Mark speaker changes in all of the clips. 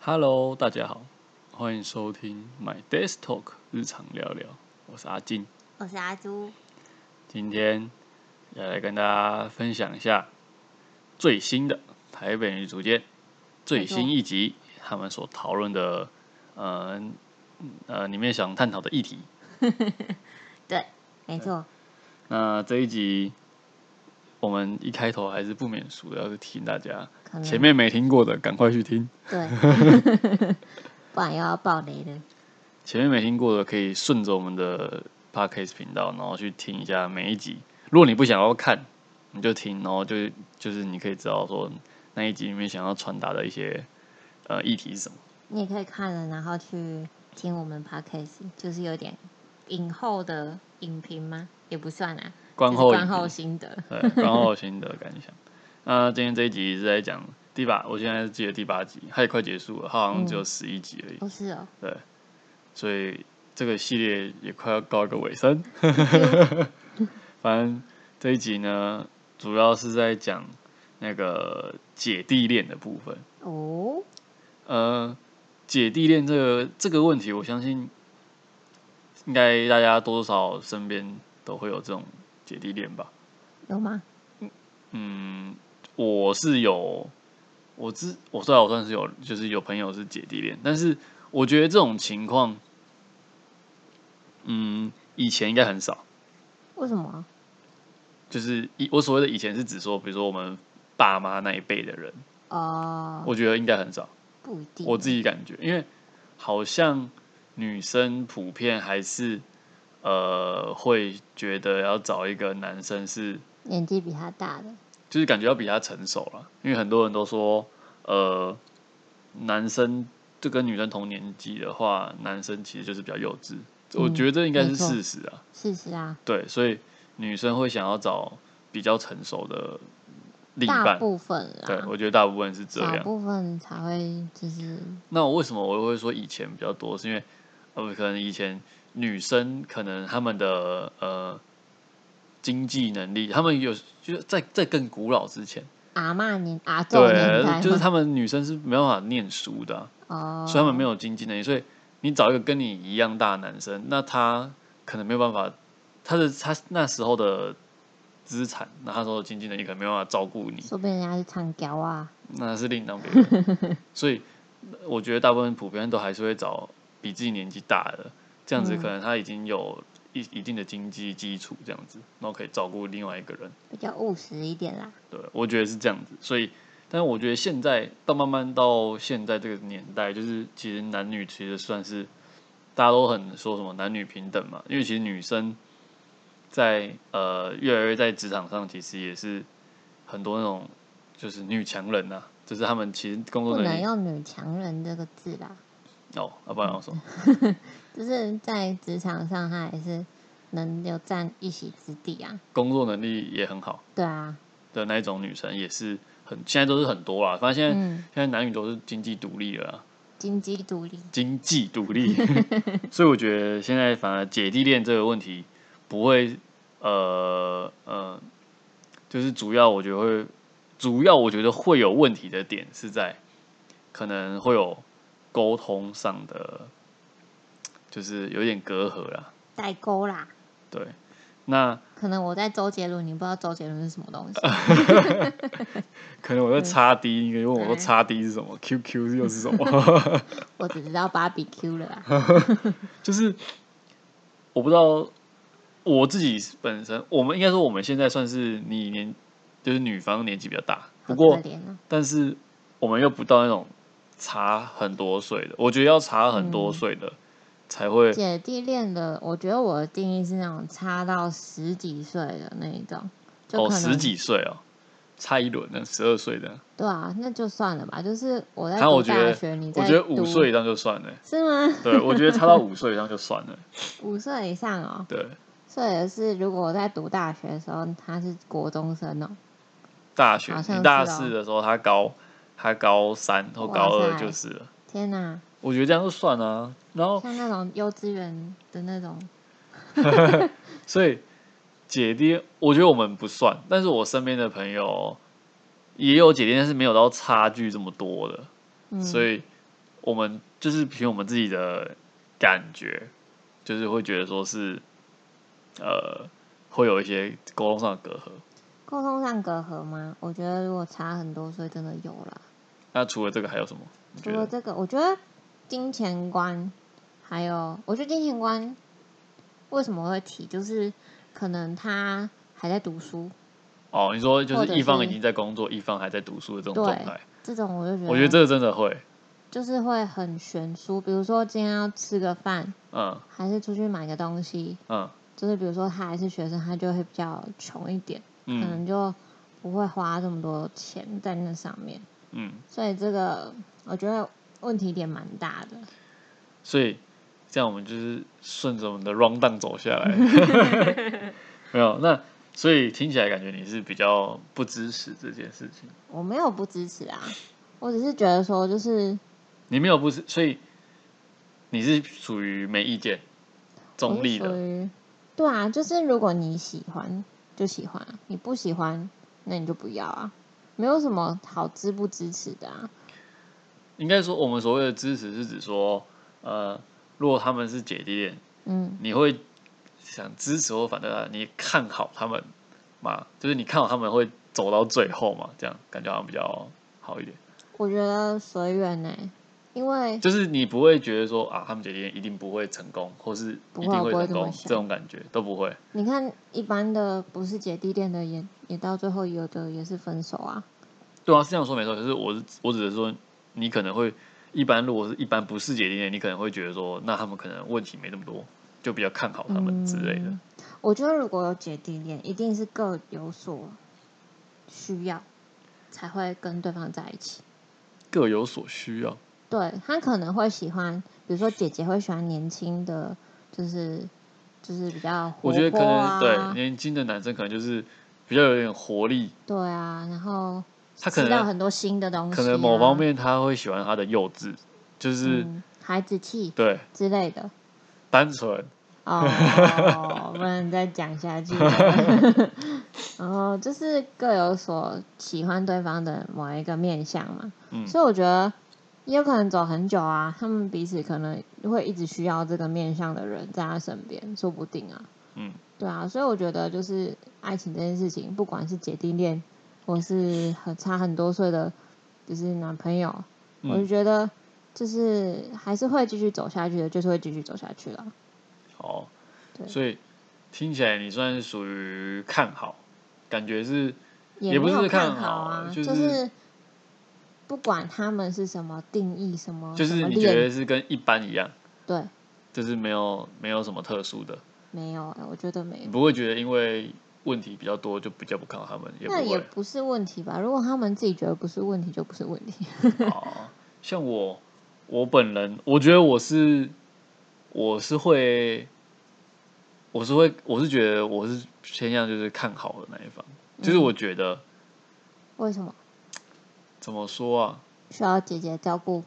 Speaker 1: Hello，大家好，欢迎收听 My Desk Talk 日常聊聊，我是阿金。
Speaker 2: 我是阿朱，
Speaker 1: 今天要来跟大家分享一下最新的台北女主街最新一集，他们所讨论的呃呃里面想探讨的议题。
Speaker 2: 没错，
Speaker 1: 那这一集我们一开头还是不免俗的，要是提醒大家
Speaker 2: 可能
Speaker 1: 前面没听过的赶快去听，
Speaker 2: 对， 不然又要爆雷了。
Speaker 1: 前面没听过的可以顺着我们的 podcast 频道，然后去听一下每一集。如果你不想要看，你就听，然后就就是你可以知道说那一集里面想要传达的一些呃议题是什么。
Speaker 2: 你也可以看了，然后去听我们 podcast，就是有点影后的影评吗？也不算啊，
Speaker 1: 观
Speaker 2: 就是
Speaker 1: 后
Speaker 2: 观
Speaker 1: 影
Speaker 2: 后
Speaker 1: 评
Speaker 2: 心得。
Speaker 1: 对，观后心得感想。 那今天这一集是在讲第八，我现在记得第八集，它也快结束了，它好像
Speaker 2: 嗯
Speaker 1: 只有十一集而已，
Speaker 2: 不是哦，
Speaker 1: 所以这个系列也快要告一个尾声。反正这一集呢，主要是在讲那个姐弟恋的部分。
Speaker 2: 哦，
Speaker 1: 呃，姐弟恋这个这个问题，我相信应该大家多多少少身边都会有这种姐弟恋吧。
Speaker 2: 有吗？
Speaker 1: 嗯，我是有，我知我虽然我算是有，就是有朋友是姐弟恋，但是我觉得这种情况，嗯，以前应该很少。
Speaker 2: 为什么？
Speaker 1: 就是以我所谓的以前是指说，比如说我们爸妈那一辈的人，
Speaker 2: 哦、
Speaker 1: 我觉得应该很少。
Speaker 2: 不一定。
Speaker 1: 我自己感觉，因为好像女生普遍还是呃会觉得要找一个男生是，
Speaker 2: 年纪比他大的，
Speaker 1: 就是感觉要比她成熟了。因为很多人都说，呃，男生就跟女生同年纪的话，男生其实就是比较幼稚。我
Speaker 2: 嗯
Speaker 1: 觉得这应该
Speaker 2: 没
Speaker 1: 是
Speaker 2: 错
Speaker 1: 事实啊。
Speaker 2: 事实啊，
Speaker 1: 对，所以女生会想要找比较成熟的另一
Speaker 2: 大
Speaker 1: 半。
Speaker 2: 部分啦，
Speaker 1: 对，我觉得大部分是这
Speaker 2: 小
Speaker 1: 样。
Speaker 2: 部分才会就是
Speaker 1: 那我为什么我会说以前比较多？是因为呃，可能以前女生可能她们的呃经济能力，她们有就是在在更古老之前，
Speaker 2: 阿嬷年阿祖年代
Speaker 1: 对，
Speaker 2: 吗，
Speaker 1: 就是她们女生是没办法念书的啊、
Speaker 2: 哦，
Speaker 1: 所以她们没
Speaker 2: 有
Speaker 1: 有经济能力，所以你找一个跟你一样大的男生，那他可能没有办法，他的他那时候的资产，那他时候的经济能力可能没有办法照顾你，
Speaker 2: 说不定人家是唱娇啊，
Speaker 1: 那是另当别论。 所以我觉得大部分普遍都还是会找比自己年纪大的，这样子
Speaker 2: 嗯
Speaker 1: 可能他已经有一一定的经济基础，这样子，然后可以照顾另外一个人。
Speaker 2: 比较务实一点啦。
Speaker 1: 对，我觉得是这样子。所以，但是我觉得现在到慢慢到现在这个年代，就是其实男女其实算是大家都很说什么男女平等嘛，因为其实女生在呃越来越在职场上，其实也是很多那种就是女强人呐、啊就是他们其实工
Speaker 2: 不
Speaker 1: 作能
Speaker 2: 能
Speaker 1: 力
Speaker 2: 用“女强人”这个字啦，
Speaker 1: 哦，啊，不然我说
Speaker 2: 嗯就是在职场上，她还是能有占一席之地啊。
Speaker 1: 工作能力也很好
Speaker 2: 对啊，
Speaker 1: 的那一种女生，也是很现在都是很多啦，反正现在、
Speaker 2: 嗯，
Speaker 1: 现在男女都是经济独立了啦。啊
Speaker 2: 经济独立，
Speaker 1: 经济独立，所以我觉得现在反而姐弟恋这个问题不会，呃呃，就是主要我觉得会，呃主要我觉得会有问题的点是在可能会有沟通上的，就是有点隔阂啦。
Speaker 2: 代沟啦。
Speaker 1: 对，那
Speaker 2: 可能我在周杰伦，你不知道周杰伦是什么东 西，
Speaker 1: 可能我在叉 D，你可以问我说
Speaker 2: 对
Speaker 1: 叉 D 是什么，QQ 又是什么？
Speaker 2: 我只知道芭比 Q 了啊啦。
Speaker 1: 就是我不知道我自己本身，我们应该说我们现在算是你年，就是女方年纪比较大，不
Speaker 2: 好
Speaker 1: 过
Speaker 2: 可怜啊，
Speaker 1: 但是我们又不到那种差很多岁的，我觉得要差很多岁的、才会
Speaker 2: 嗯
Speaker 1: 哦
Speaker 2: 姐弟恋的，我觉得我的定义是那种差到十几岁的那一种，就
Speaker 1: 哦
Speaker 2: 可能、
Speaker 1: 十几岁哦，差一轮的十二岁的，
Speaker 2: 对啊，那就算了吧。就是我在
Speaker 1: 他我
Speaker 2: 读
Speaker 1: 觉
Speaker 2: 大
Speaker 1: 得
Speaker 2: 学，你在
Speaker 1: 我觉得五
Speaker 2: 读
Speaker 1: 岁以上就算了，
Speaker 2: 是吗？
Speaker 1: 对我觉得差到五岁以上就算了，
Speaker 2: 五岁以上哦、
Speaker 1: 对
Speaker 2: 所以是，如果我在读大学的时候，他是国中生哦、
Speaker 1: 大学
Speaker 2: 好像
Speaker 1: 你大
Speaker 2: 是哦
Speaker 1: 四的时候他高他高三或高
Speaker 2: 哇
Speaker 1: 二
Speaker 2: 塞
Speaker 1: 就是了，
Speaker 2: 天哪、
Speaker 1: 我觉得这样就算啊，然后。
Speaker 2: 像那种幼稚园的那种，
Speaker 1: 所以姐弟，我觉得我们不算，但是我身边的朋友也有姐弟，但是没有到差距这么多的，
Speaker 2: 嗯，
Speaker 1: 所以我们就是凭我们自己的感觉，就是会觉得说是，呃，会有一些沟通上的隔阂。
Speaker 2: 沟通上隔阂吗？我觉得如果差很多岁，真的有啦。
Speaker 1: 那除了这个还有什么？你觉
Speaker 2: 除了
Speaker 1: 得？
Speaker 2: 这个，我觉得金钱观，还有我觉得金钱观为什么会提，就是可能他还在读书，
Speaker 1: 哦，你说就
Speaker 2: 或
Speaker 1: 是
Speaker 2: 者
Speaker 1: 一方
Speaker 2: 是
Speaker 1: 已经在工作，一方还在读书的这种
Speaker 2: 对啊
Speaker 1: 状态，
Speaker 2: 这种我就觉得，
Speaker 1: 我觉得这个真的会，
Speaker 2: 就是会很悬殊。比如说今天要吃个饭，
Speaker 1: 嗯
Speaker 2: 还是出去买个东西，
Speaker 1: 嗯
Speaker 2: 就是比如说他还是学生，他就会比较穷一点，可
Speaker 1: 嗯
Speaker 2: 能就不会花这么多钱在那上面。
Speaker 1: 嗯，
Speaker 2: 所以这个我觉得问题点蛮大的。
Speaker 1: 所以这样我们就是顺着我们的 round down 走下来， 没有那。所以听起来感觉你是比较不支持这件事情，
Speaker 2: 我没有不支持啊，我只是觉得说，就是
Speaker 1: 你没有不支，所以你是属于没意见、
Speaker 2: 我
Speaker 1: 中
Speaker 2: 是
Speaker 1: 立
Speaker 2: 属
Speaker 1: 的，
Speaker 2: 于对啊，就是如果你喜欢就喜欢，啊你不喜欢那你就不要啊，没有什么好支不支持的啊。
Speaker 1: 应该说我们所谓的支持是指说，呃，如果他们是姐弟恋，
Speaker 2: 嗯，
Speaker 1: 你会想支持或反对他，你看好他们嘛？就是你看好他们会走到最后嘛？这样感觉好像比较好一点。
Speaker 2: 我觉得随缘呢，因 为
Speaker 1: 就是你不会觉得说啊，他们姐弟恋一定不会成功，或是
Speaker 2: 不
Speaker 1: 一
Speaker 2: 会
Speaker 1: 定
Speaker 2: 我不会
Speaker 1: 成
Speaker 2: 这么
Speaker 1: 功，
Speaker 2: 想
Speaker 1: 这种感觉都不会。
Speaker 2: 你看一般的不是姐弟恋的也也到最后有的也是分手啊。
Speaker 1: 对啊，是这样说没错。可是我是我只是说，你可能会一般，如果是一般不是姐弟恋，你可能会觉得说，那他们可能问题没那么多，就比较看好哦他们之类的。
Speaker 2: 嗯我觉得如果有姐弟恋，一定是各有所需要，才会跟对方在一起。
Speaker 1: 各有所需啊要。
Speaker 2: 对他可能会喜欢，比如说姐姐会喜欢年轻的，就是就是比较活
Speaker 1: 我觉得可
Speaker 2: 泼
Speaker 1: 能
Speaker 2: 啊，
Speaker 1: 对年轻的男生可能就是比较有点活力，
Speaker 2: 对啊，然后
Speaker 1: 他可
Speaker 2: 知道
Speaker 1: 能
Speaker 2: 很多新的东西、啊，
Speaker 1: 可能某方面他会喜欢他的幼稚，就是、
Speaker 2: 嗯、孩子气
Speaker 1: 对
Speaker 2: 之类的。
Speaker 1: 单纯。
Speaker 2: 哦，不能再讲下去 了。哦，就是各有所喜欢对方的某一个面相嘛，
Speaker 1: 嗯
Speaker 2: 所以我觉得也有可能走很久啊，他们彼此可能会一直需要这个面相的人在他身边，说不定啊。
Speaker 1: 嗯，
Speaker 2: 对啊，所以我觉得就是爱情这件事情，不管是姐弟恋，或是很差很多岁的，就是男朋友，
Speaker 1: 嗯
Speaker 2: 我就觉得就是还是会继续走下去的，就是会继续走下去了。
Speaker 1: 好，
Speaker 2: 对
Speaker 1: 哦所以听起来你算是属于看好，感觉是也
Speaker 2: 也
Speaker 1: 不
Speaker 2: 没有
Speaker 1: 是看
Speaker 2: 好
Speaker 1: 好
Speaker 2: 啊，
Speaker 1: 就是
Speaker 2: 是不管他们是什么定义，什么
Speaker 1: 就
Speaker 2: 什
Speaker 1: 是
Speaker 2: 么
Speaker 1: 你觉得
Speaker 2: 恋，
Speaker 1: 是跟一般一样，
Speaker 2: 对，
Speaker 1: 就是没有没有什么特殊的，
Speaker 2: 没有、欸，我觉得没
Speaker 1: 你
Speaker 2: 有，
Speaker 1: 不会觉得因为问题比较多就比较不看好他们，也不
Speaker 2: 那也
Speaker 1: 会。
Speaker 2: 不是问题吧？如果他们自己觉得不是问题，就不是问题。
Speaker 1: 哦，像我我本人，我觉得我是我是会我是会我是觉得我是偏向就是看好的那一方，
Speaker 2: 嗯
Speaker 1: 就是我觉得、
Speaker 2: 为什么
Speaker 1: 怎么说啊，
Speaker 2: 需要姐姐照顾？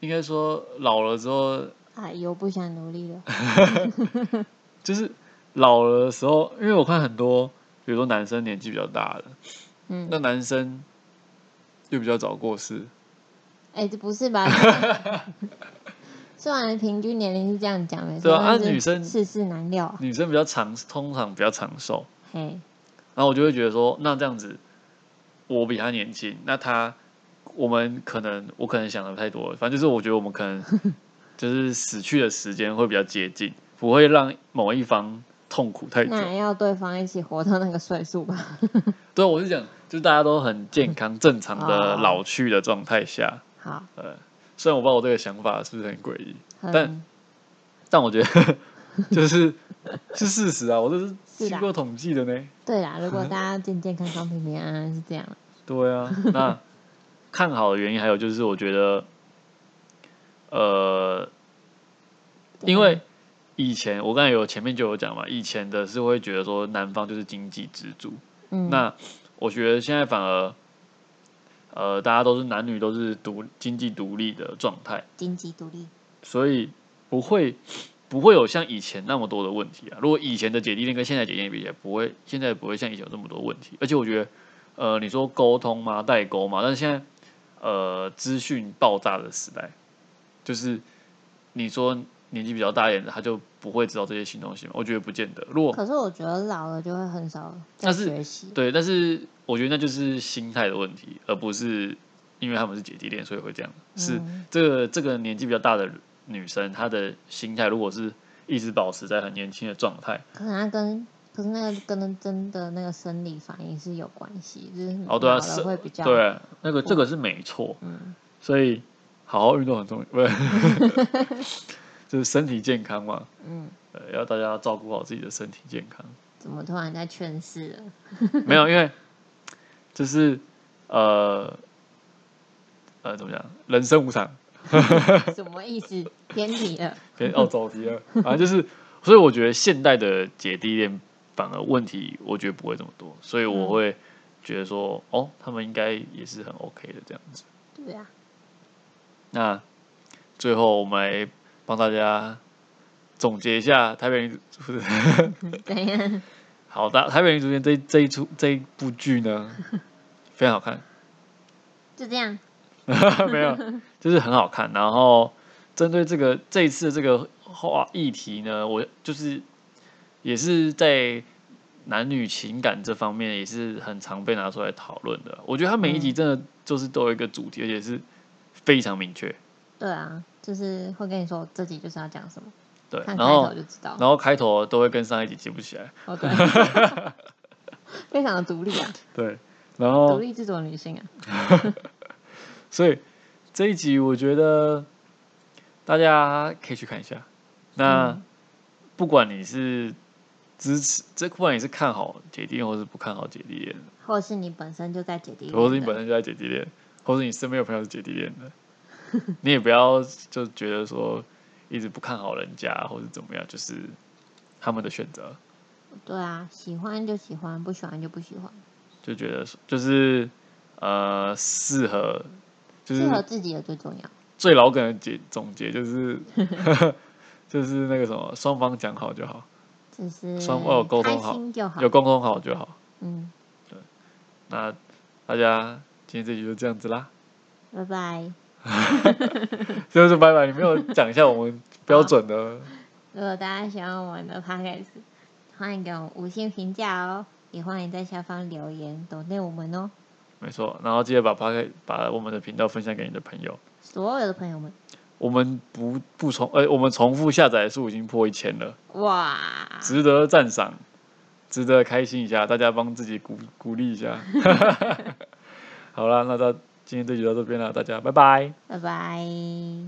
Speaker 1: 应该说老了之后
Speaker 2: 哎呦，不想努 力了。
Speaker 1: 就是老了的时候，因为我看很多，比如说男生年纪比较大的，
Speaker 2: 嗯
Speaker 1: 那，男生就比较早过世。
Speaker 2: 哎、这 不是吧？虽然平均年龄是这样讲，没错，
Speaker 1: 对啊啊
Speaker 2: 但是
Speaker 1: 女生
Speaker 2: 世事难料啊。
Speaker 1: 女生比较长，通常比较长寿，
Speaker 2: 嘿，
Speaker 1: 然后我就会觉得说，那这样子，我比他年轻，那他我们可能我可能想的太多了，反正就是我觉得我们可能就是死去的时间会比较接近，不会让某一方痛苦太久。
Speaker 2: 那也要对方一起活到那个岁数吧。
Speaker 1: 对，我是讲，就是大家都很健康、正常的
Speaker 2: 哦
Speaker 1: 老去的状态下，
Speaker 2: 好，
Speaker 1: 呃，虽然我不知道我这个想法是不是很诡异，
Speaker 2: 嗯
Speaker 1: 但，但我觉 得就是是事实啊，我这是
Speaker 2: 是
Speaker 1: 经
Speaker 2: 啦
Speaker 1: 过统计的呢。
Speaker 2: 对啦，如果大家健健康康、平平安安是这样。
Speaker 1: 对啊，那看好的原因还有就是，我觉得，呃，因为以前我刚才有前面就有讲嘛，以前的是会觉得说男方就是经济支柱，
Speaker 2: 嗯，
Speaker 1: 那我觉得现在反而，呃，大家都是男女都是独经济独立的状态，
Speaker 2: 经济独立，
Speaker 1: 所以不会不会有像以前那么多的问题啊。如果以前的姐弟恋跟现在姐弟恋比起来，不会现在不会像以前有这么多问题。而且我觉得，呃，你说沟通嘛，代沟嘛，但是现在呃，资讯爆炸的时代，就是你说年纪比较大一点的，他就不会知道这些新东西吗？我觉得不见得。如果
Speaker 2: 可是我觉得老了就会很少
Speaker 1: 那
Speaker 2: 在
Speaker 1: 是
Speaker 2: 学习。
Speaker 1: 对，但是我觉得那就是心态的问题，而不是因为他们是姐弟恋所以会这样。是
Speaker 2: 嗯
Speaker 1: 这个这个年纪比较大的女生，她的心态如果是一直保持在很年轻的状态，
Speaker 2: 可能它跟可是那个跟真的那个生理反应是有关系，就是你
Speaker 1: 哦，对
Speaker 2: 老
Speaker 1: 啊，是
Speaker 2: 了会比较
Speaker 1: 对啊，那个这个是没错，
Speaker 2: 嗯
Speaker 1: 所以好好运动很重要，不是，就是身体健康嘛，
Speaker 2: 嗯，
Speaker 1: 呃，要大家照顾好自己的身体健康。
Speaker 2: 怎么突然在劝世 了？
Speaker 1: 没有，因为就是呃呃，怎么讲，人生无常，
Speaker 2: 什么意思？偏题了。
Speaker 1: 偏哦走题了，反正就是，所以我觉得现代的姐弟恋反而问题，我觉得不会这么多，所以我
Speaker 2: 嗯
Speaker 1: 会觉得说，哦，他们应该也是很 OK 的这样子。
Speaker 2: 对啊，
Speaker 1: 那最后我们来帮大家总结一下台北女主，不是
Speaker 2: 怎样？
Speaker 1: 好大台北女主角这一这一出这一部剧呢，非常好看。
Speaker 2: 就这样。
Speaker 1: 没有，就是很好看。然后针对这个这一次的这个话议题呢，我就是也是在男女情感这方面也是很常被拿出来讨论的。我觉得它每一集真的就是都有一个主题，而且是非常明确。
Speaker 2: 对啊，就是会跟你说这集就是要讲什么，
Speaker 1: 对，
Speaker 2: 看
Speaker 1: 然
Speaker 2: 开头
Speaker 1: 后
Speaker 2: 就知道。
Speaker 1: 然后开头都会跟上一集接不起来。
Speaker 2: 哦，对， 非常的独立啊，
Speaker 1: 对，然
Speaker 2: 独
Speaker 1: 后
Speaker 2: 立自主的女性啊。
Speaker 1: 所以这一集我觉得大家可以去看一下。那、
Speaker 2: 嗯
Speaker 1: 不管你是支持，这不管你是看好姐弟恋，或是不看好姐弟恋，
Speaker 2: 或者是你本身就在姐弟恋的，
Speaker 1: 或是你本身就在姐弟恋，或是你身边有朋友是姐弟恋的，你也不要就觉得说一直不看好人家，或是怎么样，就是他们的选择，
Speaker 2: 对啊，喜欢就喜欢，不喜欢就不喜欢，
Speaker 1: 就觉得说就是呃适合，就是
Speaker 2: 适合自己的最重要。
Speaker 1: 最老梗的结总结就是。 就是那个什么，双方讲好就好，
Speaker 2: 就是
Speaker 1: 双方有沟通好
Speaker 2: 开心就好
Speaker 1: 有。沟通好就好。
Speaker 2: 嗯，
Speaker 1: 那大家今天这集就这样子啦。
Speaker 2: 拜拜。
Speaker 1: 就是拜拜，你没有讲一下我们标准的，
Speaker 2: 如果大家喜欢我们的 podcast，欢迎给我们五星评价哦，也欢迎在下方留言，抖内我们哦，
Speaker 1: 没错。然后记得把 p o c 把我们的频道分享给你的朋友。
Speaker 2: 所有的朋友们，
Speaker 1: 我们不不重，呃、我们重复下载数已经破一千了，
Speaker 2: 哇，
Speaker 1: 值得赞赏，值得开心一下，大家帮自己鼓鼓励一下。 好啦，那到今天这集到这边了，大家拜拜。
Speaker 2: 拜拜。